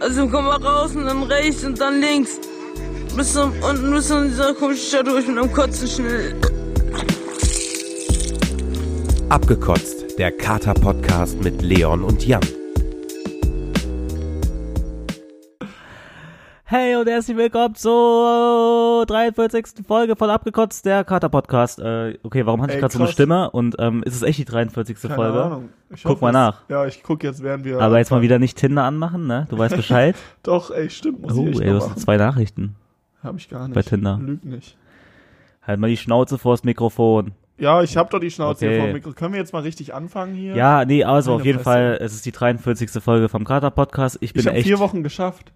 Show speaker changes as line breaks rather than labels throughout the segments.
Also komm mal raus und dann rechts und dann links. Bis zum, unten bis zu dieser komischen Stadt durch mit einem Kotzen schnell.
Abgekotzt, der Kater-Podcast mit Leon und Jan.
Hey und herzlich willkommen zur 43. Folge von Abgekotzt, der Kater-Podcast. Äh, okay, warum hatte ich
Ey,
gerade so eine
krass.
Stimme? Und ähm, ist es echt die 43.
Keine
Folge?
Ahnung. Ich
Guck
hoffe
mal
es.
nach.
Ja, ich guck jetzt, während wir.
Aber jetzt mal wieder nicht Tinder anmachen, ne? Du weißt Bescheid.
Doch, ey, stimmt, muss
oh,
ich echt
ey, du
noch
hast
machen.
zwei Nachrichten.
Hab ich gar nicht.
bei Tinder.
Lüg nicht.
Halt mal die Schnauze vors Mikrofon.
Ja, ich hab doch die Schnauze
Okay.
hier vom Mikro. Können wir jetzt mal richtig anfangen hier?
Ja, nee, also
Meine
auf jeden Fall,
Fresse.
es ist die 43. Folge vom Kater-Podcast. Ich bin
Ich hab
echt,
vier Wochen geschafft.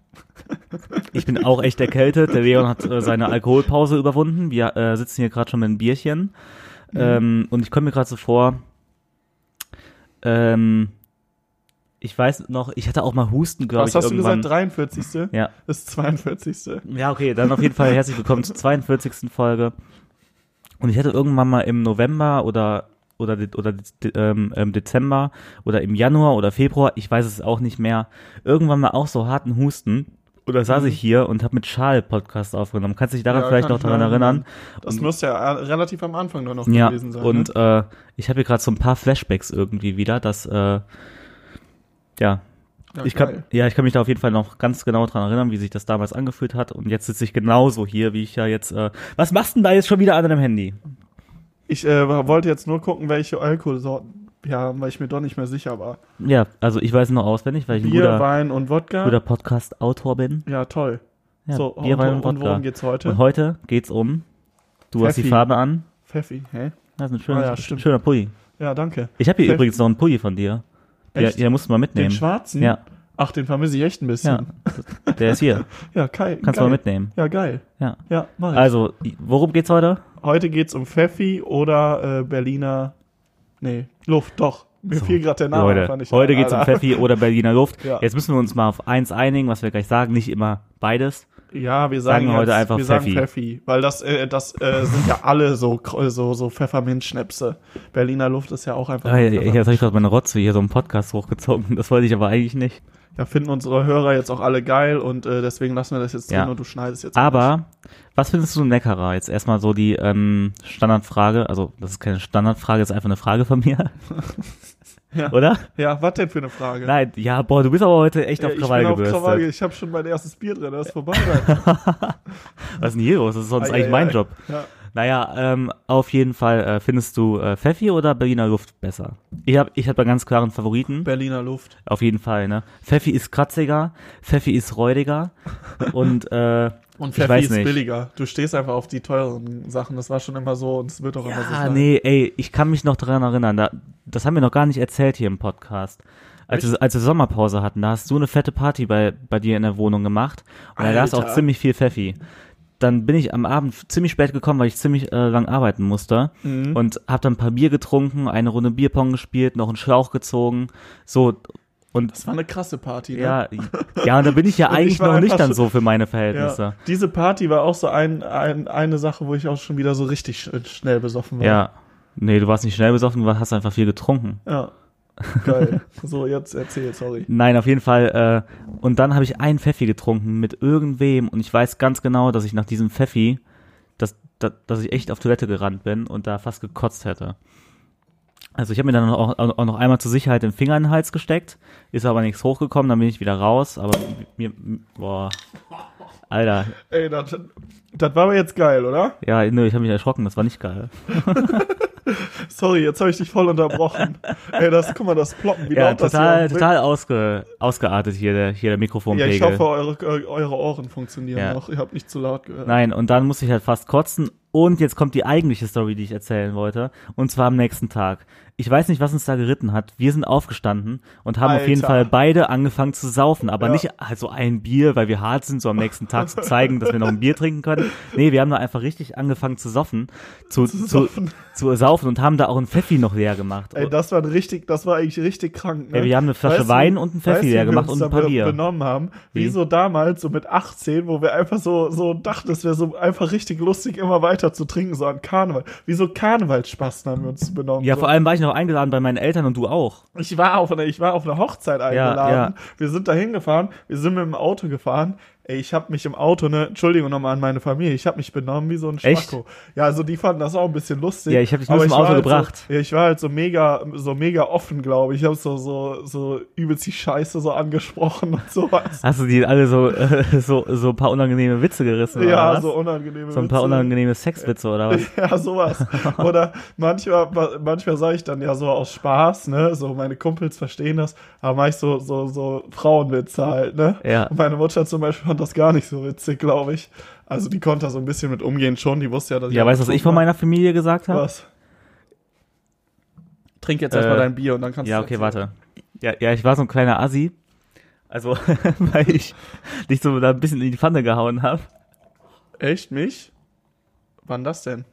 ich bin auch echt erkältet. Der Leon hat äh, seine Alkoholpause überwunden. Wir äh, sitzen hier gerade schon mit einem Bierchen.
Mhm.
Ähm, und ich komme mir gerade so vor, ähm, ich weiß noch, ich hatte auch mal Husten, glaube
Was
ich,
hast du
irgendwann.
gesagt? 43.
ja.
Das 42.
ja, okay, dann auf jeden Fall herzlich willkommen zur 42. Folge. Und ich hatte irgendwann mal im November oder oder, de- oder de- ähm, ähm, Dezember oder im Januar oder Februar, ich weiß es auch nicht mehr, irgendwann mal auch so harten Husten. Oder saß ich hier und habe mit Schal Podcast aufgenommen. Kannst dich daran
Ja,
vielleicht
kann
noch
ich
daran
mir
erinnern?
Das
Und-
müsste ja äh, relativ am Anfang doch noch
Ja,
gewesen sein.
und
ne?
äh, ich habe hier gerade so ein paar Flashbacks irgendwie wieder, dass, äh, ja,
ja,
ich kann,
geil.
ja, ich kann mich da auf jeden Fall noch ganz genau dran erinnern, wie sich das damals angefühlt hat. Und jetzt sitze ich genauso hier, wie ich ja jetzt. Äh, was machst denn da jetzt schon wieder an deinem Handy?
Ich äh, wollte jetzt nur gucken, welche Alkoholsorten wir haben, weil ich mir doch nicht mehr sicher war.
Ja, also ich weiß noch auswendig, weil ich ein
Bier,
guter,
Wein und Wodka.
guter Podcast-Autor bin.
Ja, toll.
Ja,
so,
Bier,
und,
Wein und
und
Wodka.
worum geht's heute?
Und heute geht's um. Du hast die
Pfeffi.
Farbe an.
Pfeffi, hä?
Das ist ein schöner,
Ah ja, stimmt.
schöner Pulli.
Ja, danke.
Ich habe hier
Pfeffi.
übrigens noch einen Pulli von dir. Der,
Echt?
der musst du mal
Den
mitnehmen.
schwarzen?
ja,
Ach, den vermisse ich echt ein
ja.
bisschen.
Der ist hier.
Ja, geil.
Kannst
geil.
du mal mitnehmen.
Ja, geil.
Ja.
Ja, mach ich.
Also, worum geht's heute?
Heute geht's um Pfeffi oder äh, Berliner. Nee, Luft, doch. Mir fiel gerade der Name.
Leute,
fand ich
heute
ein,
geht's um
Alter.
Pfeffi oder Berliner Luft.
Ja.
Jetzt müssen wir uns mal auf eins einigen, was wir gleich sagen. Nicht immer beides.
Ja, wir
Sagen
sagen,
wir heute
jetzt,
einfach
wir sagen
Pfeffi.
Pfeffi, weil das, äh, das äh, sind ja alle so, kr- so, so Pfefferminzschnäpse. Berliner Luft ist ja auch einfach.
Ey, ey, Jetzt habe ich gerade meine Rotze hier so einen Podcast hochgezogen. Das wollte ich aber eigentlich nicht.
Da finden unsere Hörer jetzt auch alle geil und äh, deswegen lassen wir das jetzt
Ja. Ah.
drin und du schneidest jetzt.
Aber was findest du leckerer? Jetzt erstmal so die ähm, Standardfrage. Also, das ist keine Standardfrage, das ist einfach eine Frage von mir.
Ja.
Oder?
Ja, was denn für eine Frage?
Nein, ja, boah, du bist aber heute echt
Ja,
auf
ich
Krawall
bin auf Krawall,
gebürstet.
ich habe schon mein erstes Bier drin, das ist vorbei. Alter.
Was ist denn hier los? Das ist sonst
Ei,
eigentlich
ei,
mein
ei.
Job.
ja.
Naja, ähm, auf jeden Fall äh, findest du äh, Pfeffi oder Berliner Luft besser? Ich habe ich hab einen ganz klaren Favoriten.
Berliner Luft.
Auf jeden Fall, ne? Pfeffi ist kratziger, Pfeffi ist räudiger und äh,
Und
ich
Pfeffi
weiß
ist
nicht.
billiger. Du stehst einfach auf die teuren Sachen. Das war schon immer so und es wird auch immer so
Ja,
sein.
nee, ey, ich kann mich noch dran erinnern. Da, das haben wir noch gar nicht erzählt hier im Podcast. Als, wir- als wir Sommerpause hatten, da hast du eine fette Party bei, bei dir in der Wohnung gemacht. Und da gab es auch
Alter.
ziemlich viel Pfeffi. Dann bin ich am Abend f- ziemlich spät gekommen, weil ich ziemlich äh, lang arbeiten musste.
Mhm.
Und hab dann ein paar Bier getrunken, eine Runde Bierpong gespielt, noch einen Schlauch gezogen. So, und
Das war eine krasse Party. Ne?
ja, ja, und da bin ich ja
Und ich
eigentlich
war
noch
einfach
nüchtern
schon-
so für meine
Ja.
Verhältnisse.
Diese Party war auch so ein, ein, eine Sache, wo ich auch schon wieder so richtig sch schnell besoffen war.
Ja. Nee, du warst nicht schnell besoffen, du hast einfach viel getrunken.
ja. Geil. so, jetzt erzähl, sorry.
Nein, auf jeden Fall. Äh, und dann habe ich einen Pfeffi getrunken mit irgendwem und ich weiß ganz genau, dass ich nach diesem Pfeffi, dass, dass, dass ich echt auf Toilette gerannt bin und da fast gekotzt hätte. Also ich habe mir dann auch, auch noch einmal zur Sicherheit den Finger in den Hals gesteckt, ist aber nichts hochgekommen, dann bin ich wieder raus, aber mir, boah, Alter,
Ey, das, das war aber jetzt geil, oder?
ja, nö, ich habe mich erschrocken, das war nicht geil.
Sorry, jetzt habe ich dich voll unterbrochen. Ey, das, guck mal, das Ploppen, wie
Ja,
laut das
total,
hier-
total ausge, ausgeartet hier der, hier der
Ja,
Mikrofonpegel.
ich hoffe, eure, eure Ohren funktionieren
Ja.
noch. Ihr habt nicht zu laut gehört.
Nein, und dann musste ich halt fast kotzen. Und jetzt kommt die eigentliche Story, die ich erzählen wollte. Und zwar am nächsten Tag. Ich weiß nicht, was uns da geritten hat. Wir sind aufgestanden und haben auf jeden
Alter.
Fall beide angefangen zu saufen. Aber
Ja.
nicht also ein Bier, weil wir hart sind, so am nächsten Tag zu zeigen, dass wir noch ein Bier trinken können. Nee, wir haben da einfach richtig angefangen zu soffen. Zu, zu,
saufen.
zu saufen und haben da auch ein Pfeffi noch leer gemacht.
Ey, das war ein richtig, das war eigentlich richtig krank. Ne?
Ey, wir haben eine Flasche Wein und einen Pfeffi
weißt du, wie
leer
wir
gemacht
uns
und ein
da
paar
be-
Bier.
benommen haben, wie?
Wie?
so damals, so mit 18, wo wir einfach so, so dachten, es wäre so einfach richtig lustig, immer weiter zu trinken, so an Karneval. Wie so Karnevalsspasten haben wir uns benommen.
ja,
so.
vor allem war ich noch auch eingeladen bei meinen Eltern und du auch.
Ich war auf einer, ich war auf einer Hochzeit eingeladen.
ja.
Wir sind da hingefahren, wir sind mit dem Auto gefahren. Ey, ich habe mich im Auto, ne, Entschuldigung nochmal an meine Familie, ich habe mich benommen wie so ein
Echt?
Schmacko. Ja, also die fanden das auch ein bisschen lustig.
Ja, ich hab dich nur
aber
zum
ich
Auto
war halt
gebracht.
So, ja, ich war halt so mega, so mega offen, glaube ich. Ich habe so, so, so übelst die Scheiße so angesprochen und sowas.
Hast du die alle so, äh, so, so ein paar unangenehme Witze gerissen oder
Ja,
was?
so unangenehme
so ein paar
Witze.
unangenehme Sexwitze oder was?
Ja, sowas. Oder manchmal, ma- manchmal sage ich dann ja so aus Spaß, ne? So meine Kumpels verstehen das, aber mache ich so, so, so Frauenwitze halt, ne?
Ja.
Und meine Mutter zum Beispiel fand das gar nicht so witzig, glaube ich. Also die konnte da so ein bisschen mit umgehen schon, die wusste ja, dass
Ja, weißt du, was ich von meiner Familie gesagt habe?
Was? Trink jetzt
Äh,
erstmal dein Bier und dann kannst
Ja,
du.
okay, warte. Ja, ja, ich war so ein kleiner Assi. Also, weil ich dich so da ein bisschen in die Pfanne gehauen habe.
Echt, mich? Wann das denn?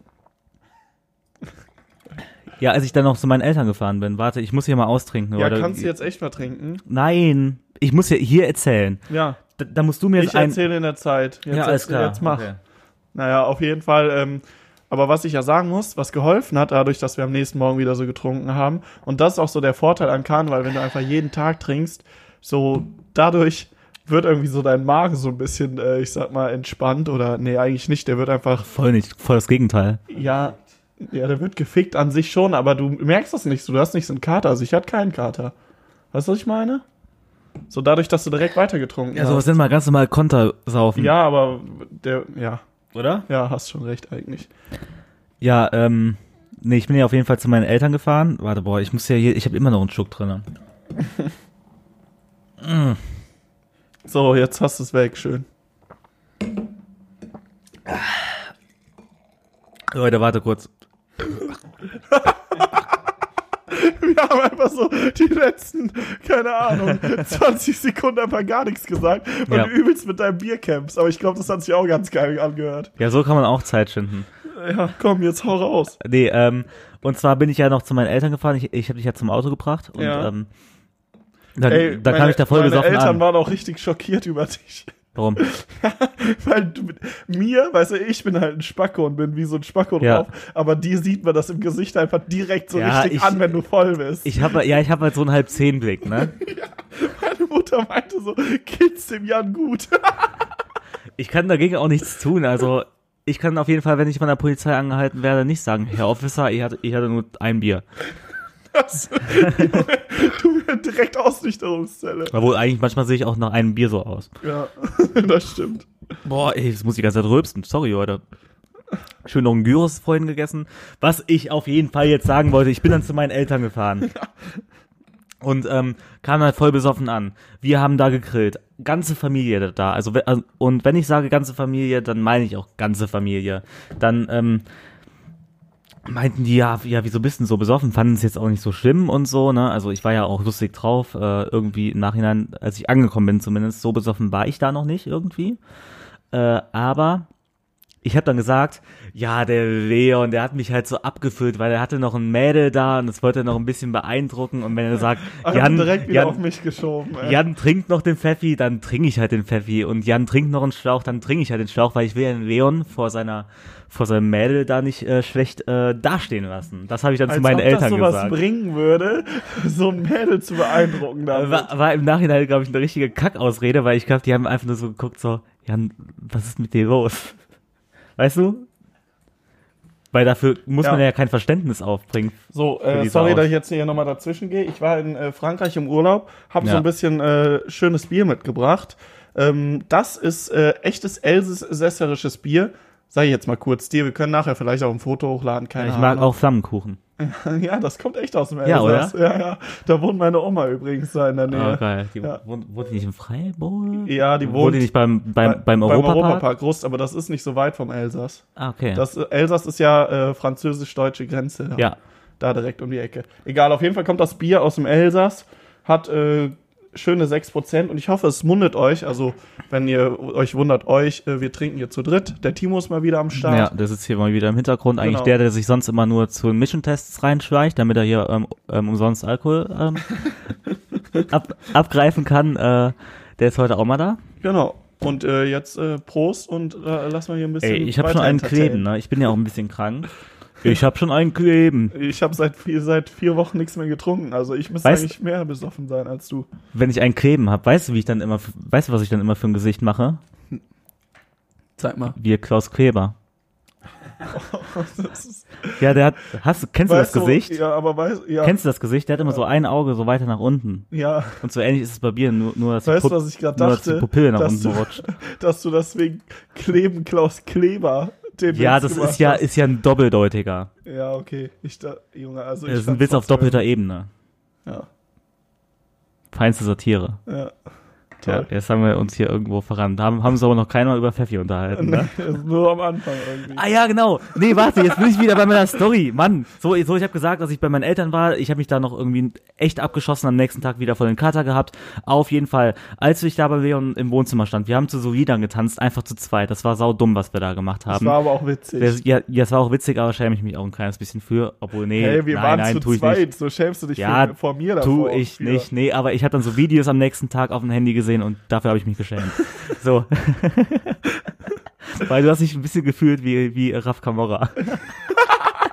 Ja, als ich dann noch zu meinen Eltern gefahren bin. Warte, ich muss hier mal austrinken.
Ja,
oder?
kannst du jetzt echt mal trinken?
Nein, ich muss hier, hier erzählen.
Ja.
Da, da musst du mir
Ich
jetzt ein...
erzähle in der Zeit. Jetzt,
ja, alles
erzähl-
klar.
Jetzt mach.
Okay.
Naja, auf jeden Fall. Ähm, aber was ich ja sagen muss, was geholfen hat, dadurch, dass wir am nächsten Morgen wieder so getrunken haben, und das ist auch so der Vorteil an Karneval, wenn du einfach jeden Tag trinkst, so dadurch wird irgendwie so dein Magen so ein bisschen, äh, ich sag mal, entspannt oder nee, eigentlich nicht, der wird einfach,
Voll nicht, voll das Gegenteil.
ja, ja, der wird gefickt an sich schon, aber du merkst das nicht so, du hast nicht so einen Kater, also ich hatte keinen Kater. Weißt du, was ich meine? So dadurch, dass du direkt weitergetrunken
Ja, sowas
hast.
sind mal ganz normal Kontersaufen.
Ja, aber der, ja,
Oder?
ja, hast schon recht eigentlich.
Ja, ähm, nee, ich bin ja auf jeden Fall zu meinen Eltern gefahren. Warte, boah, ich muss ja hier, ich habe immer noch einen Schuck drin.
So, jetzt hast du es weg, schön.
Leute, warte kurz.
Wir haben einfach so die letzten, keine Ahnung, 20 Sekunden einfach gar nichts gesagt, weil
Ja.
du übelst mit deinem Bier campst. Aber ich glaube, das hat sich auch ganz geil angehört.
Ja, so kann man auch Zeit schinden.
Ja, komm, jetzt hau raus.
Nee, ähm, und zwar bin ich ja noch zu meinen Eltern gefahren. Ich, ich habe dich ja zum Auto gebracht. Und,
Ja.
ähm, dann,
Ey,
dann kam
meine-
ich da voll
Meine
besoffen
Eltern
an.
waren auch richtig schockiert über dich.
Warum?
Weil du, mir, weißt du, ich bin halt ein Spacko und bin wie so ein Spacko
Ja.
drauf. Aber dir sieht man das im Gesicht einfach direkt so
Ja,
richtig
ich-
an, wenn du voll bist.
Ich habe ja, ich habe halt so einen halb zehn Blick, ne?
Meine Mutter meinte so, geht's dem Jan gut.
Ich kann dagegen auch nichts tun. Also ich kann auf jeden Fall, wenn ich von der Polizei angehalten werde, nicht sagen, Herr Officer, ich hatte, ich hatte nur ein Bier.
Das, du direkt Ausnüchterungszelle.
Obwohl eigentlich manchmal sehe ich auch nach einem Bier so aus.
Ja, das stimmt.
Boah, ey, das muss ich die ganze Zeit rülpsen. Sorry, Leute. Schön noch einen Gyros vorhin gegessen. Was ich auf jeden Fall jetzt sagen wollte, ich bin dann zu meinen Eltern gefahren. Und ähm, kam halt voll besoffen an. Wir haben da gegrillt. Ganze Familie da. Also, we- also- und wenn ich sage ganze Familie, dann meine ich auch ganze Familie. Dann ähm, meinten die, ja, ja, wieso bist du denn so besoffen? Fanden es jetzt auch nicht so schlimm und so, ne? Also ich war ja auch lustig drauf. Äh, irgendwie im Nachhinein, als ich angekommen bin zumindest, so besoffen war ich da noch nicht irgendwie. Äh, aber ich habe dann gesagt, ja, der Leon, der hat mich halt so abgefüllt, weil er hatte noch ein Mädel da und das wollte er noch ein bisschen beeindrucken. Und wenn er sagt,
Also
Jan,
direkt wieder auf
Jan,
mich geschoben. Ey.
Jan trinkt noch den Pfeffi, dann trinke ich halt den Pfeffi. Und Jan trinkt noch einen Schlauch, dann trinke ich halt den Schlauch, weil ich will ja den Leon vor seiner vor seinem Mädel da nicht äh, schlecht äh, dastehen lassen. Das habe ich dann
Als
zu meinen
ob das
Eltern
sowas
gesagt. Äh,
bringen würde, so ein Mädel zu beeindrucken. Damit.
War, war im Nachhinein, glaube ich, eine richtige Kackausrede, weil ich glaube, die haben einfach nur so geguckt, so, Jan, was ist mit dir los? Weißt du? Weil dafür muss
Ja.
man ja kein Verständnis aufbringen.
So,
Für
äh,
diese
sorry,
Aus-
dass ich jetzt hier nochmal dazwischen gehe. Ich war in äh, Frankreich im Urlaub, habe
Ja.
so ein bisschen äh, schönes Bier mitgebracht. Ähm, das ist äh, echtes elsässerisches Bier. Sag ich jetzt mal kurz dir, wir können nachher vielleicht auch ein Foto hochladen, keine
Ich mag
Ahnung.
auch Flammenkuchen.
Ja, das kommt echt aus dem
Ja, oder?
Elsass. Ja, ja. Da wohnt meine Oma übrigens da in der Nähe.
Ah, geil. Die,
Ja.
wohnt, wohnt die nicht in Freiburg?
Ja, die wohnt
Wohnt die nicht beim, beim, beim, Europapark?
groß, aber das ist nicht so weit vom Elsass.
Ah, okay.
Das äh, Elsass ist ja äh, französisch-deutsche Grenze.
ja.
Da direkt um die Ecke. Egal, auf jeden Fall kommt das Bier aus dem Elsass, hat äh, schöne 6% und ich hoffe, es mundet euch. Also, wenn ihr euch wundert, euch, äh, wir trinken hier zu dritt. Der Timo ist mal wieder am Start.
ja, das ist hier mal wieder im Hintergrund. Eigentlich
Genau.
der, der sich sonst immer nur zu den Mission-Tests reinschleicht, damit er hier ähm, ähm, umsonst Alkohol ähm, ab, abgreifen kann. Äh, der ist heute auch mal da.
Genau. Und äh, jetzt äh, Prost und äh, lass mal hier ein bisschen.
Ey, ich habe
weiter
schon einen ne?
entertainen.
Kleben, ne? Ich bin ja auch ein bisschen krank. Ich hab schon einen kleben.
Ich habe seit, vier- seit vier Wochen nichts mehr getrunken. Also ich müsste
Weißt-
eigentlich mehr besoffen sein als du.
Wenn ich einen kleben hab, weißt du, wie ich dann immer, weißt du, was ich dann immer für ein Gesicht mache?
Zeig mal.
Wir Klaus Kleber.
Das ist,
Ja, der hat, hast du, kennst du das
weißt
Gesicht?
Ja, aber weißt ja,
Kennst du das Gesicht? Der hat immer so ein Auge so weiter nach unten.
ja,
Und so ähnlich ist es bei Bier, nur, nur dass, die
weißt du,
Pup-
was ich gerade
nur, dass die
dachte?
Pupille nach
Dass
unten
du-
rutscht.
Dass du deswegen Kleben Klaus Kleber den
Ja,
Witz
das
gemacht
ist ja,
hast.
ist ja ein doppeldeutiger.
Ja, okay. Ich da, Junge, also
Das
ich
ist ein
fand's
Witz auf
trotzdem-
doppelter Ebene.
Ja,
Feinste Satire.
ja.
Ja,
Toll.
jetzt haben wir uns hier irgendwo verrannt. Haben, haben uns aber noch keiner über Pfeffi unterhalten. Ne?
Nee, das ist Also nur am Anfang irgendwie.
Ah ja, genau. Nee, warte, jetzt bin ich wieder bei meiner Story. Mann, so, so ich habe gesagt, als ich bei meinen Eltern war, ich habe mich da noch irgendwie echt abgeschossen, am nächsten Tag wieder voll den Kater gehabt. Auf jeden Fall, als ich da bei Leon im Wohnzimmer stand, wir haben zu so Liedern getanzt, einfach zu zweit. Das war sau dumm, was wir da gemacht
Das
haben.
war aber auch witzig.
Das- ja, ja, es war auch witzig, aber schäme ich mich auch ein kleines bisschen für. Obwohl, nee,
hey, wir
nein,
waren
nein, tu
zu
ich nicht.
zweit. So schämst du dich
Ja,
für, vor mir davor.
Tu ich
wieder.
nicht, nee, aber ich habe dann so Videos am nächsten Tag auf dem Handy gesehen und dafür habe ich mich geschämt. So. Weil du hast dich ein bisschen gefühlt wie, wie Raf Camorra.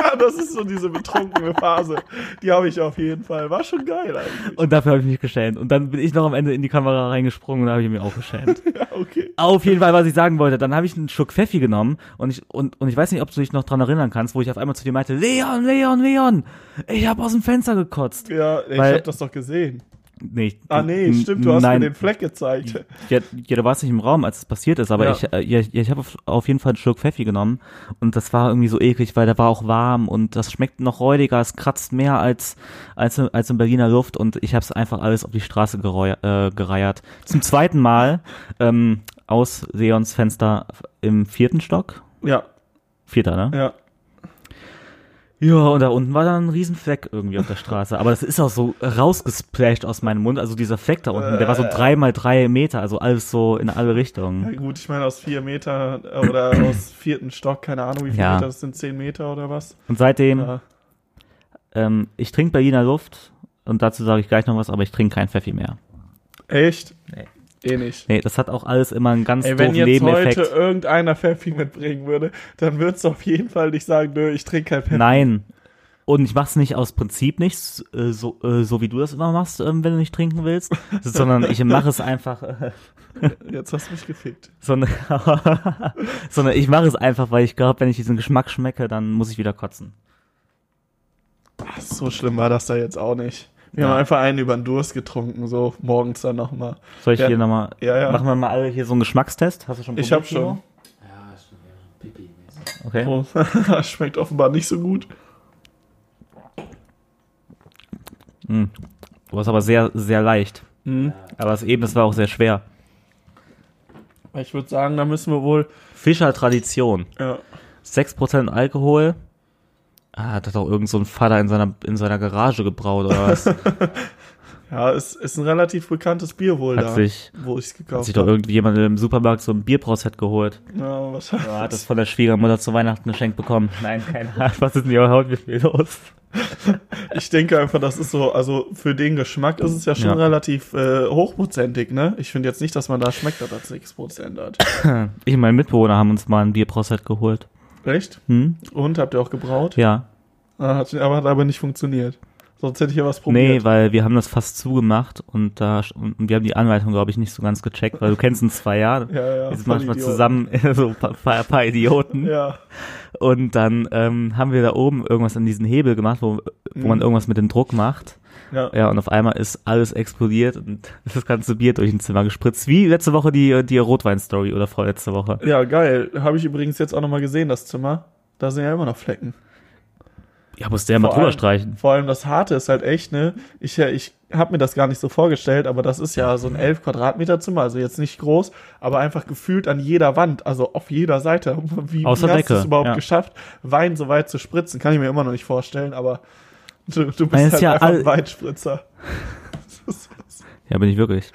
Ja, das ist so diese betrunkene Phase. Die habe ich auf jeden Fall. War schon geil eigentlich.
Und dafür habe ich mich geschämt. Und dann bin ich noch am Ende in die Kamera reingesprungen und da habe ich mich auch geschämt.
Ja, okay.
auf jeden Fall, was ich sagen wollte, dann habe ich einen Schluck Pfeffi genommen und ich, und, und ich weiß nicht, ob du dich noch dran erinnern kannst, wo ich auf einmal zu dir meinte, Leon, Leon, Leon, ich habe aus dem Fenster gekotzt.
Ja, ich
Weil-
habe das doch gesehen.
Nee,
Ah nee,
n-
stimmt, du hast
nein,
mir den Fleck gezeigt.
Ja, ja, du warst nicht im Raum, als es passiert ist, aber
Ja.
ich, äh, ja, ich- ja, ich habe auf- auf jeden Fall einen Schluck Pfeffi genommen und das war irgendwie so eklig, weil der war auch warm und das schmeckt noch räudiger, es kratzt mehr als, als, als in Berliner Luft und ich habe es einfach alles auf die Straße gereu, äh, gereiert. Zum zweiten Mal ähm, aus Leons Fenster im vierten Stock.
Ja,
Vierter, ne?
ja.
Ja, und da unten war dann ein riesen Fleck irgendwie auf der Straße. Aber das ist auch so rausgesplasht aus meinem Mund. Also dieser Fleck da unten, der war so drei mal drei Meter, also alles so in alle Richtungen.
Äh. Ja gut, ich meine aus vier Meter äh, oder aus vierten Stock, keine Ahnung wie viel
Ja. Mhm.
Meter, das sind zehn Meter oder was.
Und seitdem,
Ja.
ähm, ich trinke Berliner Luft und dazu sage ich gleich noch was, aber ich trinke kein Pfeffi mehr.
Echt?
Nee.
Eh nicht.
Nee, das hat auch alles immer einen ganz
Ey, wenn
doofen
jetzt heute
Nebeneffekt.
irgendeiner Pfeffi mitbringen würde, dann würdest du auf jeden Fall nicht sagen, nö, ich trinke kein Pfeffi.
Nein. Und ich mach's nicht aus Prinzip nicht, s- äh, so, äh, so wie du das immer machst, ähm, wenn du nicht trinken willst, sondern ich mache es einfach, äh,
Jetzt hast du mich gefickt.
sondern, sondern ich mache es einfach, weil ich glaube, wenn ich diesen Geschmack schmecke, dann muss ich wieder kotzen.
Ach, so schlimm war das da jetzt auch nicht. Wir haben einfach einen über den Durst getrunken, so morgens dann nochmal.
Soll ich
Ja.
hier nochmal,
Ja, ja.
machen wir mal alle hier so einen Geschmackstest? Hast du schon
Ich
probiert,
hab schon.
Timo? Okay.
Oh, schmeckt offenbar nicht so gut.
Du warst aber sehr, sehr leicht.
Hm.
Aber das eben, das war auch sehr schwer.
Ich würde sagen, da müssen wir wohl.
Fischer Tradition.
Ja.
6% Alkohol. Ah, hat doch irgend so ein Vater in seiner, in seiner Garage gebraut oder was? hat
Ja, es ist ein relativ bekanntes Bier wohl da,
sich,
wo ich es
hat sich
gekauft
doch
habe.
irgendwie jemand im Supermarkt so ein Bierbrauset geholt.
Ja, was
Oder hat das von der Schwiegermutter zu Weihnachten geschenkt bekommen. Nein, keine Ahnung. Was ist denn hier heute mit mir los?
ich denke einfach, das ist so, also für den Geschmack ist es ja schon
Ja.
relativ äh, hochprozentig, ne? Ich finde jetzt nicht, dass man da schmeckt, dass das 6% hat.
Ich und mein Mitbewohner haben uns mal ein Bierbrauset geholt.
Echt?
Hm?
Und habt ihr auch gebraut?
Ja.
Ah, Hat, aber hat aber nicht funktioniert. Sonst hätte ich ja was
Nee,
probiert.
weil wir haben das fast zugemacht und da und wir haben die Anleitung, glaube ich, nicht so ganz gecheckt, weil du kennst uns zwei Jahre.
Ja, ja,
Wir sind
voll
manchmal
Idioten.
zusammen so ein paar, paar, paar Idioten.
Ja,
Und dann ähm, haben wir da oben irgendwas an diesen Hebel gemacht, wo, wo
Mhm.
man irgendwas mit dem Druck macht.
ja.
Ja, und auf einmal ist alles explodiert und das ganze Bier durch ein Zimmer gespritzt. Wie letzte Woche die, die Rotwein-Story oder vorletzte Woche.
Ja, geil. Habe ich übrigens jetzt auch nochmal gesehen, das Zimmer. Da sind ja immer noch Flecken.
Ja, muss der mal
Vor
drüber
allem-
streichen.
Vor allem das Harte ist halt echt, ne? Ich, äh, ich habe mir das gar nicht so vorgestellt, aber das ist ja so ein 11 Quadratmeter Zimmer, also jetzt nicht groß, aber einfach gefühlt an jeder Wand, also auf jeder Seite. Wie,
Außer
wie hast du
Decke,
es überhaupt
ja.
geschafft, Wein so weit zu spritzen? Kann ich mir immer noch nicht vorstellen, aber du, du
Man ist
bist halt
ja
einfach
all-
ein Weinspritzer. Das ist,
Ja, bin ich wirklich.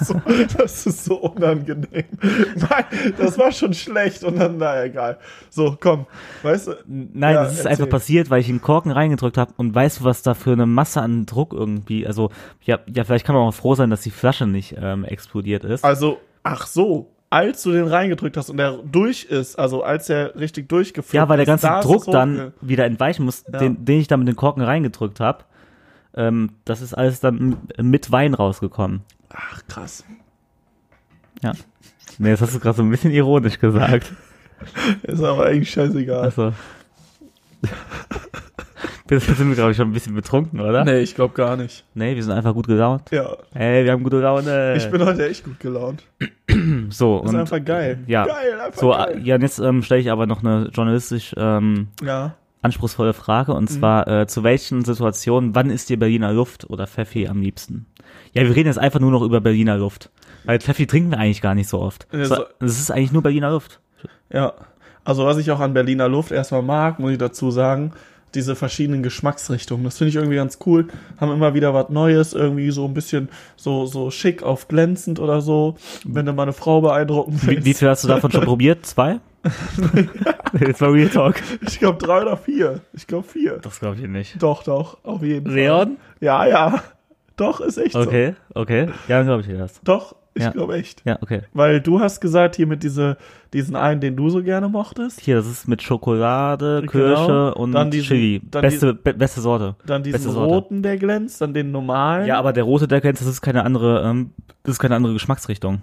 so, das ist so unangenehm. Nein, das war schon schlecht und dann, naja, egal. So, komm, weißt du?
Nein,
Ja,
das ist
erzähl.
einfach passiert, weil ich einen Korken reingedrückt habe und weißt du, was da für eine Masse an Druck irgendwie, also ja, ja vielleicht kann man auch froh sein, dass die Flasche nicht ähm, explodiert ist.
Also, ach so. als du den reingedrückt hast und der durch ist, also als er richtig durchgeführt
Ja, weil der
ist,
ganze
da ist
Druck
es
dann
hochge-
wieder entweichen muss, den, den ich da mit den Korken reingedrückt habe. Ähm, das ist alles dann m- mit Wein rausgekommen.
Ach, krass.
Ja. Nee, das hast du gerade so ein bisschen ironisch gesagt.
Ist aber eigentlich scheißegal.
Also. Wir sind, wir, glaube ich, schon ein bisschen betrunken, oder? Nee,
Nee, ich glaube gar nicht.
wir sind einfach gut gelaunt.
Ja.
Ey, wir haben gute Laune.
Ich bin heute echt gut gelaunt.
so,
Ist
Äh. und
einfach geil.
ja.
Geil, einfach
so, äh,
geil.
ja, und jetzt ähm, stelle ich aber noch eine journalistisch ähm,
Ja.
anspruchsvolle Frage
Mhm.
und zwar äh, zu welchen Situationen, wann ist dir Berliner Luft oder Pfeffi am liebsten? Ja, wir reden jetzt einfach nur noch über Berliner Luft, weil Pfeffi trinken wir eigentlich gar nicht so oft.
Ja,
Es
so-
ist eigentlich nur Berliner Luft.
Ja. Also, was ich auch an Berliner Luft erstmal mag, muss ich dazu sagen, diese verschiedenen Geschmacksrichtungen. Das finde ich irgendwie ganz cool. Haben immer wieder was Neues, irgendwie so ein bisschen so, so schick auf glänzend oder so. Wenn du mal eine Frau beeindrucken
Wie,
willst.
wie viel hast du davon schon probiert? Zwei? jetzt mal Real Talk.
Ich glaube drei oder vier. Ich glaube vier.
Das glaube ich nicht.
Doch, doch, auf jeden Fall.
Leon?
Ja, ja. Doch, ist echt so.
Okay, okay. Ja, dann glaube ich dir das.
Doch, ich
Ja.
glaube echt.
Ja, okay.
Weil du hast gesagt, hier mit diese, diesen einen, den du so gerne mochtest,
Hier, das ist mit Schokolade,
Genau.
Kirsche und
Dann diesen-
Chili.
dann
Beste, be beste Sorte.
dann diesen
Beste Sorte.
roten, der glänzt, dann den normalen.
Ja, aber der rote Deckel, das ist keine andere, ähm, das ist keine andere Geschmacksrichtung.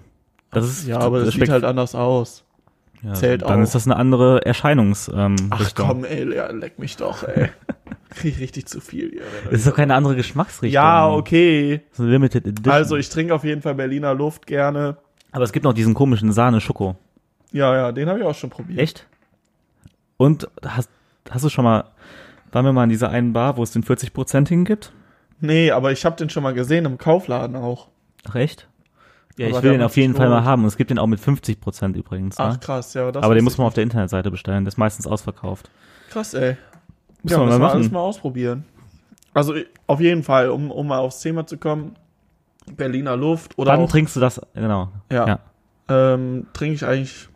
Das ist
ja aber das, sieht
schmeckt-
halt anders aus.
ja,
zählt
Dann
auch.
ist das eine andere Erscheinungsrichtung. Ähm,
Ach
Richtung.
komm, ey, Leon, leck mich doch, ey. Krieg ich richtig zu viel hier. wenn du-
Das ist doch keine andere Geschmacksrichtung.
Ja, okay.
Das ist eine Limited Edition.
Also, ich trinke auf jeden Fall Berliner Luft gerne.
aber es gibt noch diesen komischen Sahne-Schoko.
Ja, ja, den habe ich auch schon probiert.
Echt? Und hast, hast du schon mal, waren wir mal in dieser einen Bar, wo es den 40%igen gibt?
Nee, aber ich habe den schon mal gesehen im Kaufladen auch.
Ach echt? Ja,
Aber
ich
der
will den
macht
auf jeden
sich
Fall mal
rot.
haben. Und es gibt den auch mit 50% übrigens.
Ach
Ne?
krass, ja. Das
Aber den
wusste
muss
ich
man auf der Internetseite bestellen. Der ist meistens ausverkauft.
Krass, ey.
Muss
Ja,
man mal
müssen wir
machen.
alles mal ausprobieren. Also ich- auf jeden Fall, um, um mal aufs Thema zu kommen, Berliner Luft oder
Wann
auch,
trinkst du das? Genau.
Ja.
ja.
ähm, trinke ich eigentlich,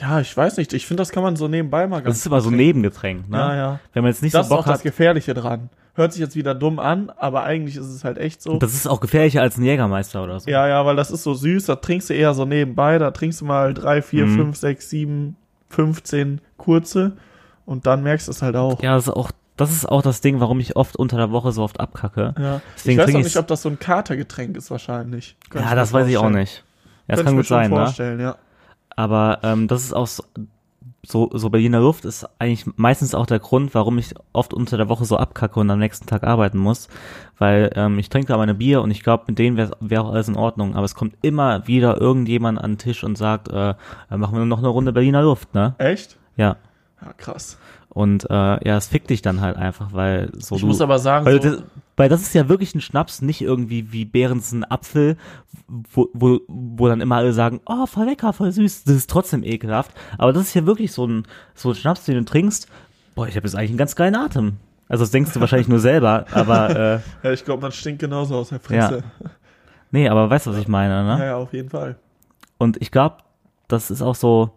ja, ich weiß nicht. Ich finde, das kann man so nebenbei mal
Das
ganz
ist immer so ein Nebengetränk, ne?
Ja, ja.
Wenn man jetzt nicht
Das
so
ist
Bock
auch das
hat.
Gefährliche dran. Hört sich jetzt wieder dumm an, aber eigentlich ist es halt echt so.
Das ist auch gefährlicher als ein Jägermeister oder so.
ja, ja, weil das ist so süß, da trinkst du eher so nebenbei, da trinkst du mal drei, vier,
Mhm.
fünf, sechs, sieben, 15 kurze und dann merkst du es halt auch.
Ja, das ist auch, das ist auch das Ding, warum ich oft unter der Woche so oft abkacke.
Ja.
Deswegen
ich weiß
trinke
auch
ich's-
nicht, ob das so ein Katergetränk ist wahrscheinlich. Könnte
Ja,
mir
das weiß ich auch
vorstellen.
nicht. Ja, das
Könnte
kann
ich mir
gut
schon
sein, ne?
vorstellen, ja.
Aber ähm, das ist auch so, so, so Berliner Luft ist eigentlich meistens auch der Grund, warum ich oft unter der Woche so abkacke und am nächsten Tag arbeiten muss. Weil ähm, ich trinke da meine Bier und ich glaube, mit denen wäre wär auch alles in Ordnung. Aber es kommt immer wieder irgendjemand an den Tisch und sagt, äh, dann machen wir noch eine Runde Berliner Luft, ne?
Echt?
Ja.
Ja, krass.
Und äh, ja, es fickt dich dann halt einfach, weil so
Ich
du.
muss aber sagen,
weil,
so,
das, Also, weil das ist ja wirklich ein Schnaps, nicht irgendwie wie Behrens ein Apfel, wo, wo, wo dann immer alle sagen, oh, voll lecker, voll süß, das ist trotzdem ekelhaft. Aber das ist ja wirklich so ein, so ein Schnaps, den du trinkst, boah, ich habe jetzt eigentlich einen ganz geilen Atem. Also das denkst du wahrscheinlich nur selber, aber äh,
ja, ich glaube, man stinkt genauso aus der Fresse.
nee, aber weißt du, was ich meine,
Ja,
ne?
ja, auf jeden Fall.
Und ich glaube, das ist auch so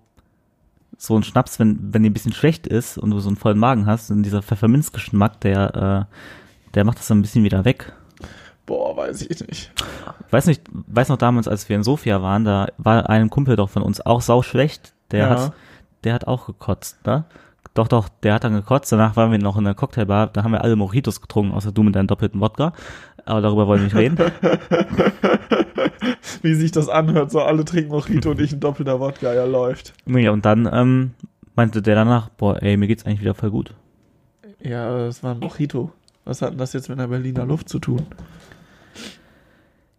so ein Schnaps, wenn wenn dir ein bisschen schlecht ist und du so einen vollen Magen hast, und dieser Pfefferminzgeschmack, der äh, der macht das dann ein bisschen wieder weg.
Boah, weiß ich nicht.
Weiß nicht, weiß noch damals, als wir in Sofia waren, da war einem Kumpel doch von uns auch sau schlecht. Der
Ja.
hat, der hat auch gekotzt, ne? Doch, doch, der hat dann gekotzt. Danach waren wir noch in der Cocktailbar. Da haben wir alle Mojitos getrunken, außer du mit deinem doppelten Wodka. Aber darüber wollen wir nicht reden.
Wie sich das anhört, so alle trinken Mojito und ich ein doppelter Wodka, ja, läuft.
ja, und dann ähm, meinte der danach, boah, ey, mir geht's eigentlich wieder voll gut.
Ja, aber das war ein Mojito. Was hat denn das jetzt mit einer Berliner Luft zu tun?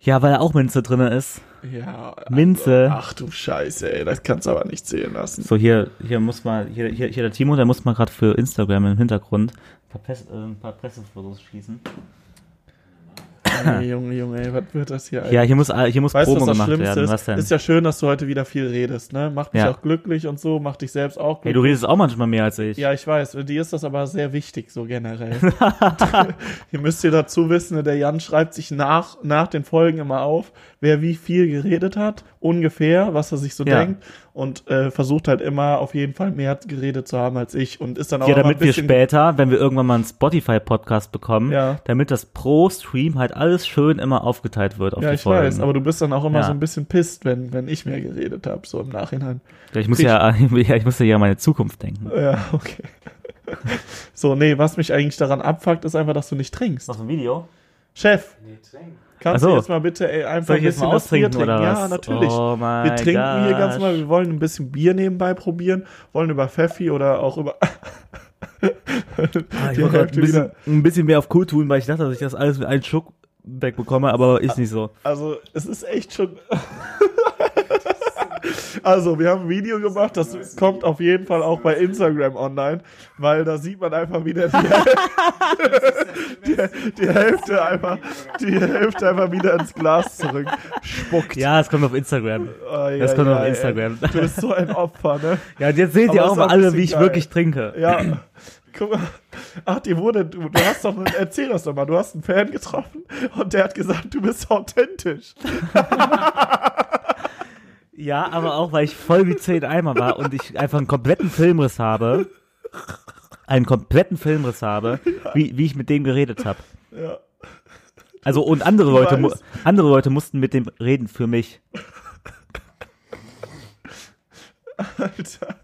Ja, weil da auch Minze drin ist.
Ja. also-
Minze.
Ach du Scheiße, ey, das kannst du aber nicht sehen lassen.
So, hier, hier muss mal, hier, hier, hier der Timo, der muss mal gerade für Instagram im Hintergrund ein paar, Pres äh, ein paar Pressefotos schießen.
Junge, Junge, Junge, ey, was wird das hier,
Ja, hier muss, äh, hier muss
Äh, Weißt du,
Promo
was das
gemacht
Schlimmste
werden.
ist?
Was denn?
Ist ja schön, dass du heute wieder viel redest, ne? Macht mich
Ja.
auch glücklich und so, macht dich selbst auch
Hey,
glücklich.
du redest auch manchmal mehr als ich.
ja, ich weiß, dir ist das aber sehr wichtig, so generell. ihr müsst ihr dazu wissen, der Jan schreibt sich nach, nach den Folgen immer auf, wer wie viel geredet hat, ungefähr, was er sich so
Ja.
denkt und äh, versucht halt immer auf jeden Fall mehr geredet zu haben als ich und ist dann auch
Ja,
immer
damit
ein
wir
bisschen
später, wenn wir irgendwann mal einen Spotify-Podcast bekommen,
Ja.
damit das pro Stream halt alles schön immer aufgeteilt wird auf
ja,
die
ich
Folgen.
weiß, aber du bist dann auch immer
Ja.
so ein bisschen pisst, wenn, wenn ich mehr geredet habe, so im Nachhinein.
Ja, ich muss ja, ja, ich muss ja an meine Zukunft denken.
Ja, okay. so, nee, was mich eigentlich daran abfuckt, ist einfach, dass du nicht trinkst.
Noch ein Video?
Chef, kannst
Ach so.
du jetzt mal bitte ey, einfach
Soll
ein
ich jetzt
bisschen
mal
das Bier
austrinken
trinken?
oder was?
Ja, natürlich.
Oh mein
wir trinken hier ganz
gosh.
normal,
Ah,
wir wollen ein bisschen Bier nebenbei probieren, wollen über Pfeffi oder auch über
Ah, ich
Die
wollte gerade
Hälfte
ein bisschen,
wieder.
ein bisschen mehr auf cool tun, weil ich dachte, dass ich das alles mit einem Schluck wegbekomme, aber ist nicht so.
Also, es ist echt schon. Also, wir haben ein Video gemacht, das kommt auf jeden Fall auch bei Instagram online, weil da sieht man einfach wieder die, die, die Hälfte einfach, die Hälfte einfach wieder ins Glas zurück spuckt.
Ja, es kommt auf Instagram.
Ah, ja,
Das kommt
ja,
auf
ey.
Instagram.
Du bist so ein Opfer, ne?
Ja, und jetzt seht
Aber
ihr
ist
auch
auch
mal
ein
alle,
bisschen
wie ich
geil.
wirklich trinke.
Ja. Guck mal. Ach, die wurde, du, du hast doch, erzähl das doch mal, du hast einen Fan getroffen und der hat gesagt, du bist authentisch.
Ja, aber auch, weil ich voll wie zehn Eimer war und ich einfach einen kompletten Filmriss habe. Einen kompletten Filmriss habe, wie, wie ich mit dem geredet habe.
Ja.
Also, und andere Leute, mu-
weißt.
andere Leute mussten mit dem reden für mich.
Alter.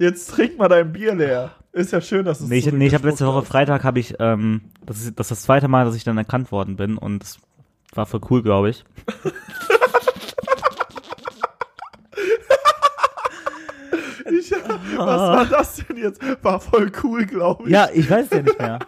Jetzt trink mal dein Bier leer. Ist ja schön, dass es
Nee, ich, nee, ich habe letzte Woche
zurückgeschmuckt
Freitag habe ich, ähm, das ist das, ist das zweite Mal, dass ich dann erkannt worden bin und das war voll cool, glaube ich.
hast. Ich, was war das denn jetzt? War voll cool, glaube ich.
Ja, ich weiß ja nicht mehr.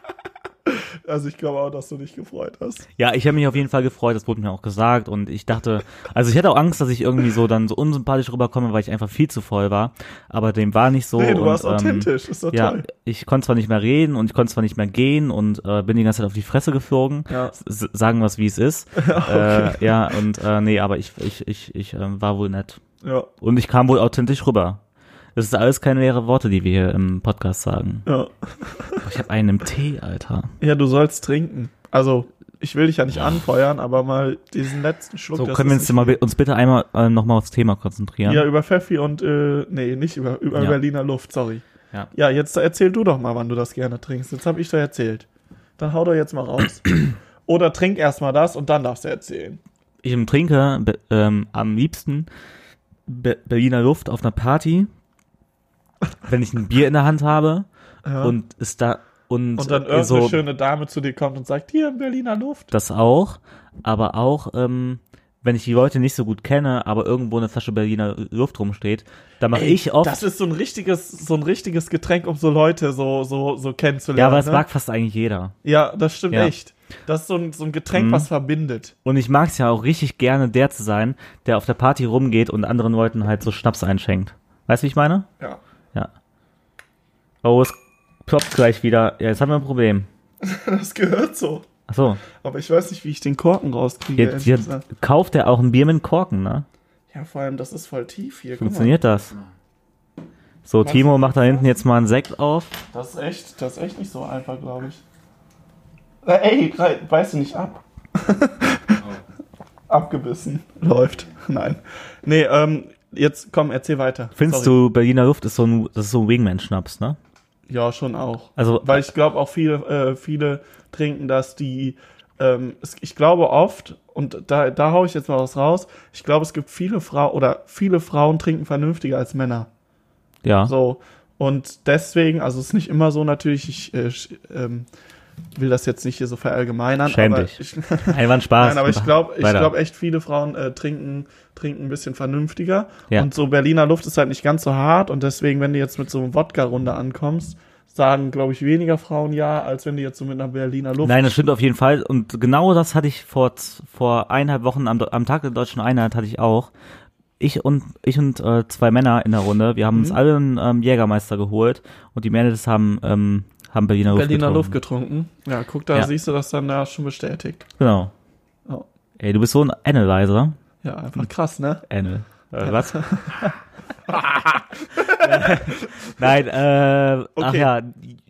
Also ich glaube auch, dass du dich gefreut hast.
Ja, ich habe mich auf jeden Fall gefreut, das wurde mir auch gesagt und ich dachte, also ich hatte auch Angst, dass ich irgendwie so dann so unsympathisch rüberkomme, weil ich einfach viel zu voll war, aber dem war nicht so.
nee, du
und,
warst
ähm,
authentisch. Ist doch
Ja,
toll.
ich konnte zwar nicht mehr reden und ich konnte zwar nicht mehr gehen und äh, bin die ganze Zeit auf die Fresse geflogen.
Ja.
S- Sagen wir es, wie es ist. äh, ja, und äh, nee, aber ich, ich, ich, ich ähm, war wohl nett.
Ja,
Und ich kam wohl authentisch rüber. Das ist alles keine leere Worte, die wir hier im Podcast sagen.
ja.
Boah, ich habe einen im Tee, Alter.
ja, du sollst trinken. Also ich will dich ja nicht anfeuern, aber mal diesen letzten Schluck.
So,
das
können wir
ist
uns, mal, bi- uns bitte einmal äh, nochmal aufs Thema konzentrieren?
nicht- Ja, über Pfeffi und, äh, nee, nicht über, über
Ja.
Berliner Luft, sorry.
Ja.
ja, jetzt erzähl du doch mal, wann du das gerne trinkst. Jetzt habe ich doch erzählt. Dann hau doch jetzt mal raus. Oder trink erst mal das und dann darfst du erzählen.
Ich trinke be- ähm, am liebsten Be Berliner Luft auf einer Party, wenn ich ein Bier in der Hand habe
Ja.
und ist da und,
Und dann
äh,
irgendeine
so
schöne Dame zu dir kommt und sagt, hier in Berliner Luft.
das auch, aber auch ähm, wenn ich die Leute nicht so gut kenne, aber irgendwo eine Flasche Berliner Luft rumsteht, da mache ich oft
Das ist so ein richtiges, so ein richtiges Getränk, um so Leute so, so, so kennenzulernen.
ja, aber es
ne?
mag fast eigentlich jeder.
Ja, das stimmt
Ja. Mhm.
echt. Das ist so ein, so ein Getränk, was verbindet.
Und ich mag es ja auch richtig gerne, der zu sein, der auf der Party rumgeht und anderen Leuten halt so Schnaps einschenkt. Weißt du, wie ich meine?
Ja.
Ja. Oh, es ploppt gleich wieder. Ja, jetzt haben wir ein Problem.
Das gehört so.
Achso,
Aber ich weiß nicht, wie ich den Korken rauskriege.
jetzt,
ehrlich
jetzt
gesagt.
kauft er auch ein Bier mit Korken, ne?
ja, vor allem, das ist voll tief hier. guck mal.
Funktioniert das? So, Timo macht da hinten jetzt mal einen Sekt auf.
Das ist echt, das ist echt nicht so einfach, glaube ich. Na, Ey, rei- beißt du nicht ab. Abgebissen. Läuft. Nein. Nee, ähm, jetzt komm, erzähl weiter.
Findest du, Berliner Luft ist so ein, das ist so ein Wingman-Schnaps, ne?
du? Ja, schon auch.
Also,
Weil ich glaube auch viele, äh, viele trinken das, die, ähm, es, ich glaube oft, und da, da hau ich jetzt mal was raus, ich glaube, es gibt viele Frauen, oder viele Frauen trinken vernünftiger als Männer.
ja.
So. Und deswegen, also es ist nicht immer so natürlich, ich äh, sch- ähm, will das jetzt nicht hier so verallgemeinern.
Schäm
aber
dich.
Ich,
Einwand Spaß.
nein, aber ich glaube ich
Weiter.
glaub echt, viele Frauen äh, trinken, trinken ein bisschen vernünftiger.
Ja.
Und so Berliner Luft ist halt nicht ganz so hart. Und deswegen, wenn du jetzt mit so einem Wodka-Runde ankommst, sagen, glaube ich, weniger Frauen ja, als wenn du jetzt so mit einer Berliner Luft.
Nein, das stimmt auf jeden Fall. Und genau das hatte ich vor, z- vor eineinhalb Wochen am, am Tag der deutschen Einheit hatte ich auch. Ich und, ich und äh, zwei Männer in der Runde, wir haben
Mhm.
uns alle einen ähm, Jägermeister geholt und die Mädels haben, ähm, haben Berliner Luft
Berliner
getrunken.
Luft getrunken. Ja, guck, da
Ja.
siehst du das dann da schon bestätigt.
Genau.
Oh.
Ey, du bist so ein Analyzer.
Ja, einfach
Hm.
krass, ne?
Anal. Äh, was? Nein, äh, ach
Okay.
ja,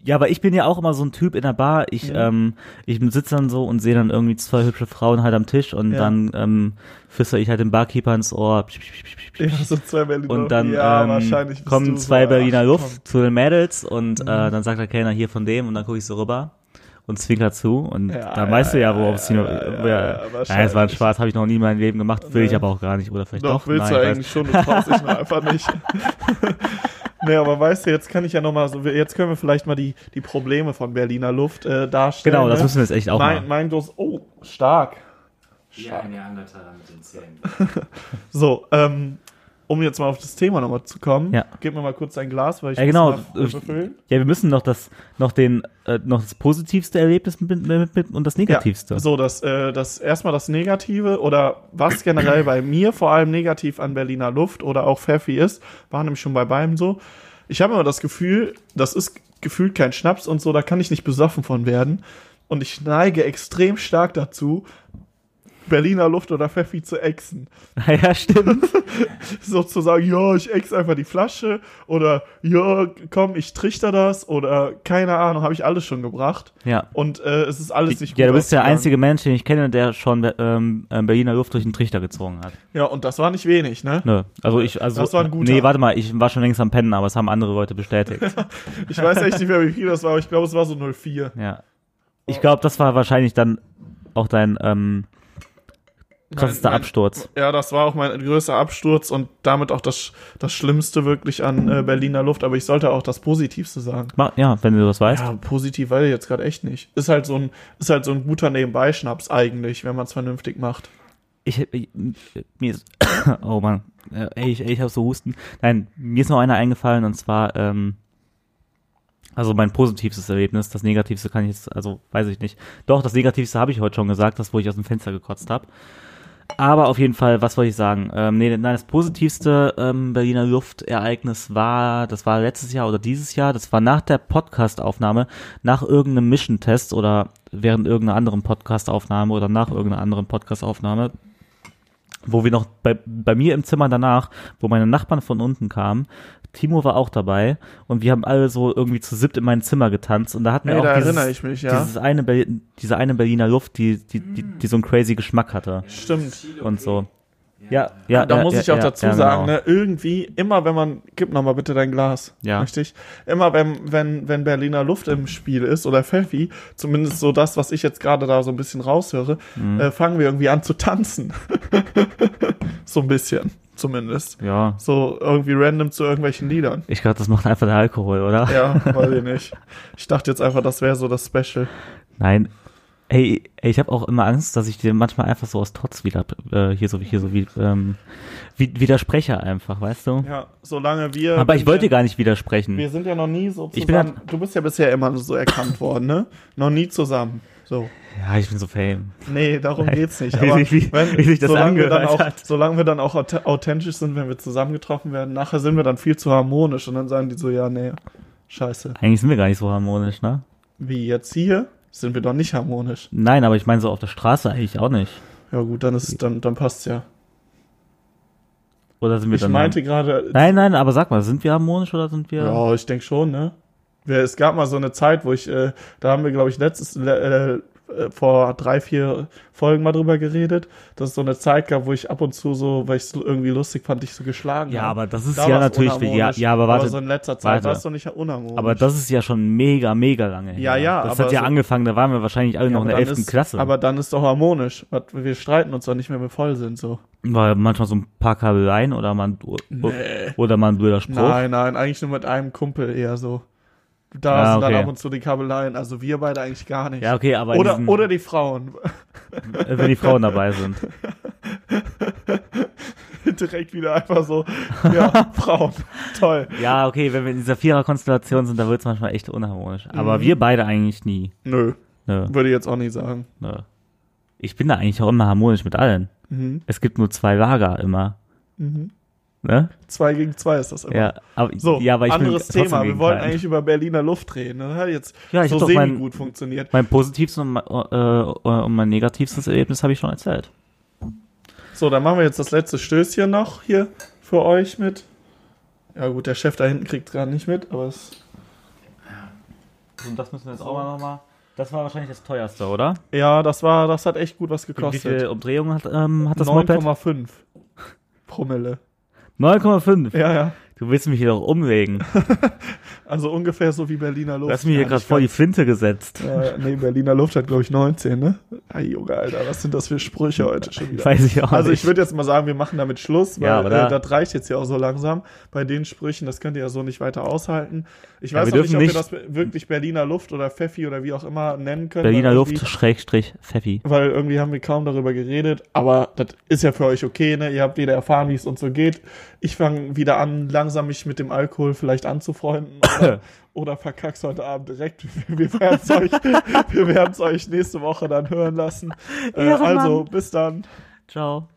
ja, aber ich bin ja auch immer so ein Typ in der Bar. Ich, ähm, ich sitze dann so und sehe dann irgendwie zwei hübsche Frauen halt am Tisch und
Ja.
dann ähm, füsse ich halt den Barkeeper ins Ohr. Psch, psch, psch, psch, psch, psch.
Ja, so zwei Berliner
Und dann
ja, wahrscheinlich
ähm,
bist
kommen
du so,
zwei
ach,
Berliner Luft
komm. Mhm.
zu den Mädels und äh, dann sagt der Kellner hier von dem und dann gucke ich so rüber. und zwinker zu. Und
Ja,
da weißt du ja,
ja,
worauf
ja,
es hinaus.
ja, ja,
Ja,
ja,
Nein, es war ein
wahrscheinlich.
Spaß, habe ich noch nie in meinem Leben gemacht, will ich
Nee.
aber auch gar nicht. Oder vielleicht
Doch,
doch.
willst
Nein,
du
ich weiß
eigentlich schon, du traust dich nur einfach nicht. nee, aber weißt du, jetzt kann ich ja nochmal so, jetzt können wir vielleicht mal die, die Probleme von Berliner Luft äh, darstellen.
Genau, das
ne?
müssen wir jetzt echt auch
mein,
machen.
mein Durst, oh, stark.
Wie ein Neandertaler mit den Zähnen.
So, ähm, um jetzt mal auf das Thema nochmal zu kommen,
Ja.
gib mir mal kurz dein Glas, weil ich
Ja, genau.
muss nach, äh, befüllen.
Ja, wir müssen noch das, noch den, äh, noch das positivste Erlebnis mit, mit, mit und das negativste.
Ja, so, das, äh, das erstmal das Negative oder was generell bei mir vor allem negativ an Berliner Luft oder auch Pfeffi ist, war nämlich schon bei beidem so. Ich habe immer das Gefühl, das ist gefühlt kein Schnaps und so, da kann ich nicht besoffen von werden. Und ich neige extrem stark dazu, Berliner Luft oder Pfeffi zu exen.
ja, stimmt.
So zu sagen, ja, ich ex einfach die Flasche oder ja, komm, ich trichter das oder keine Ahnung, habe ich alles schon gebracht.
Ja.
Und äh, es ist alles nicht
Ja, du
gut
bist der
ausgegangen.
einzige Mensch, den ich kenne, der schon ähm, äh, Berliner Luft durch den Trichter gezogen hat.
Ja, und das war nicht wenig, ne?
Nö, also ich, also
Das war ein guter.
nee, warte mal, ich war schon längst am Pennen, aber es haben andere Leute bestätigt.
Ich weiß echt nicht mehr, wie viel das war, aber ich glaube, es war so 04.
ja, ich glaube, das war wahrscheinlich dann auch dein ähm, krassester
Mein- mein-
Absturz.
Ja, das war auch mein größter Absturz und damit auch das, das Schlimmste wirklich an äh, Berliner Luft, aber ich sollte auch das Positivste sagen.
Ma- Ja, wenn du das weißt.
Ja, positiv weiß ich jetzt gerade echt nicht. Ist halt so ein, ist halt so ein guter Nebenbeischnaps eigentlich, wenn man es vernünftig macht.
Ich, ich mir ist, oh Mann, Äh, ey, ich, ey, ich habe so Husten. Nein, mir ist noch einer eingefallen und zwar, ähm, also mein positivstes Erlebnis, das negativste kann ich jetzt, also weiß ich nicht. Doch, das negativste habe ich heute schon gesagt, das, wo ich aus dem Fenster gekotzt habe. Aber auf jeden Fall, was wollte ich sagen? Ähm, nee, nein, das positivste ähm, Berliner Luftereignis war, das war letztes Jahr oder dieses Jahr, das war nach der Podcastaufnahme, nach irgendeinem Mission-Test oder während irgendeiner anderen Podcastaufnahme oder nach irgendeiner anderen Podcastaufnahme, wo wir noch bei, bei mir im Zimmer danach, wo meine Nachbarn von unten kamen, Timo war auch dabei und wir haben alle so irgendwie zu siebt in mein Zimmer getanzt und da hatten wir
Ey,
auch
da
dieses,
erinnere ich mich, ja.
dieses eine, Ber- diese eine Berliner Luft, die, die, die, die so einen crazy Geschmack hatte
Stimmt.
und so. Ja, ja,
da
ja,
muss
ja,
ich auch
ja,
dazu
ja,
sagen,
genau.
ne, irgendwie, immer wenn man, gib nochmal bitte dein Glas,
Ja.
richtig? Immer wenn, wenn, wenn Berliner Luft im Spiel ist oder Pfeffi, zumindest so das, was ich jetzt gerade da so ein bisschen raushöre,
Mhm.
äh, fangen wir irgendwie an zu tanzen. so ein bisschen, zumindest.
Ja,
So irgendwie random zu irgendwelchen Liedern.
ich glaube, das macht einfach der Alkohol, oder?
Ja, weiß ich nicht. Ich dachte jetzt einfach, das wäre so das Special.
Nein. Ey, ey ich habe auch immer Angst, dass ich dir manchmal einfach so aus Trotz wieder äh, hier so wie hier so wie, ähm, wie widerspreche einfach, weißt du?
Ja, solange wir.
Aber ich wollte
ja,
gar nicht widersprechen.
Wir sind ja noch nie so
Ich bin
zusammen. du bist ja bisher immer so erkannt worden, ne? Noch nie zusammen. So.
ja, ich bin so fame.
Nee, darum
Nein.
geht's nicht.
Wie
Aber
sich- wie-
wenn,
wie sich das
solange, wir dann
angehört
auch,
hat.
solange wir dann auch aut- authentisch sind, wenn wir zusammengetroffen werden, nachher sind wir dann viel zu harmonisch und dann sagen die so, ja, nee, scheiße.
Eigentlich sind wir gar nicht so harmonisch, ne?
Wie jetzt hier sind wir doch nicht harmonisch.
Nein, aber ich meine so auf der Straße eigentlich auch nicht.
Ja gut, dann ist dann, dann passt's ja.
Oder sind wir
Ich
dann
meinte gerade,
Nein, nein, aber sag mal, sind wir harmonisch oder sind wir
ja, ich denke schon, ne? Wir- Es gab mal so eine Zeit, wo ich, äh, da haben wir, glaube ich, letztes, le- äh, äh, vor drei, vier Folgen mal drüber geredet, dass es so eine Zeit gab, wo ich ab und zu so, weil ich es irgendwie lustig fand, dich so geschlagen
Ja,
habe.
aber das ist
Da
ja
war's
natürlich ja,
unharmonisch.
ja, aber
so in
warte.
letzter Zeit
warte.
warst du nicht unharmonisch.
Aber das ist ja schon mega, mega lange her.
Ja, ja,
Das
aber
hat ja
so-
angefangen, da waren wir wahrscheinlich alle
Ja,
noch
aber
in der
dann
11.
ist,
Klasse.
Aber dann ist doch harmonisch. Was- Wir streiten uns doch nicht, wenn wir voll sind, so.
War manchmal so ein paar Kabeleien oder mal ein, oder mal ein blöder Spruch.
Nein, nein, eigentlich nur mit einem Kumpel eher so. Da
Ah,
sind dann
okay.
ab und zu die Kabeleien. Also wir beide eigentlich gar nicht.
Ja, okay, aber in
oder,
diesen,
oder die Frauen.
äh, wenn die Frauen dabei sind.
Direkt wieder einfach so. Ja, Frauen. Toll.
Ja, okay, wenn wir in dieser Vierer-Konstellation sind, dann wird es manchmal echt unharmonisch. Aber
Mhm.
wir beide eigentlich nie.
Nö,
Nö,
würde ich jetzt auch nicht sagen.
nö. Ich bin da eigentlich auch immer harmonisch mit allen.
Mhm.
Es gibt nur zwei Lager immer. Ne?
Zwei gegen zwei ist das immer.
Ja, aber,
So,
ja, aber ich bin
anderes
trotzdem
Thema. Wir
gegen
wollten
keinen.
eigentlich über Berliner Luft reden. Das hat jetzt
Ja, ich
so
hab doch mein-
semi-gut funktioniert.
Mein positivstes und mein, äh, äh, und mein negativstes Erlebnis habe ich schon erzählt.
So, dann machen wir jetzt das letzte Stößchen noch hier für euch mit. Ja gut, der Chef da hinten kriegt gerade nicht mit, aber es
Und das müssen wir jetzt auch mal nochmal. Das war wahrscheinlich das teuerste, oder?
ja, das war, das hat echt gut was
Wie
gekostet.
viele Umdrehungen hat, ähm, hat das Moped?
9,5 Promille.
9,5.
Ja, ja.
Du willst mich hier doch umlegen.
Also ungefähr so wie Berliner Luft.
Du hast mir hier
Ja,
gerade
ich
vor die Flinte gesetzt.
Äh, nee, Berliner Luft hat, glaube ich, 19, ne? Ay, Junge, Alter, was sind das für Sprüche heute schon wieder?
Weiß ich auch
also
nicht.
ich würde jetzt mal sagen, wir machen damit Schluss, weil
Ja, aber da-
äh, das reicht jetzt ja auch so langsam bei den Sprüchen, das könnt ihr ja so nicht weiter aushalten. Ich
Ja,
weiß
wir
auch nicht,
dürfen
ob wir das
nicht-
wirklich Berliner Luft oder Pfeffi oder wie auch immer nennen können.
Berliner
weil
Luft,
irgendwie-
Schrägstrich, Pfeffi.
Weil irgendwie haben wir kaum darüber geredet, aber das ist ja für euch okay, ne? Ihr habt jeder erfahren, wie es uns so geht. Ich fange wieder an, langsam mich mit dem Alkohol vielleicht anzufreunden oder, oder verkack's heute Abend direkt. Wir werden's euch, wir werden's euch nächste Woche dann hören lassen. Äh,
Ehrenmann.
also, bis dann.
Ciao.